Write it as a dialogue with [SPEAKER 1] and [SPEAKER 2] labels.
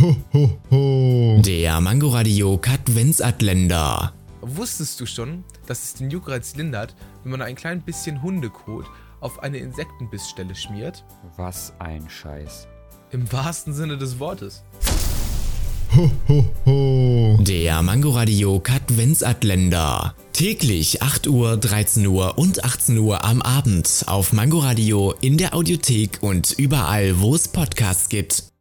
[SPEAKER 1] Ho, ho, ho.
[SPEAKER 2] Der Mangoradio Katwensatländer.
[SPEAKER 3] Wusstest du schon, dass es den Juckreiz lindert, wenn man ein klein bisschen Hundekot auf eine Insektenbissstelle schmiert?
[SPEAKER 4] Was ein Scheiß.
[SPEAKER 3] Im wahrsten Sinne des Wortes.
[SPEAKER 1] Ho, ho, ho.
[SPEAKER 2] Der Mangoradio Katwensatländer. Täglich 8 Uhr, 13 Uhr und 18 Uhr am Abend auf Mangoradio in der Audiothek und überall, wo es Podcasts gibt.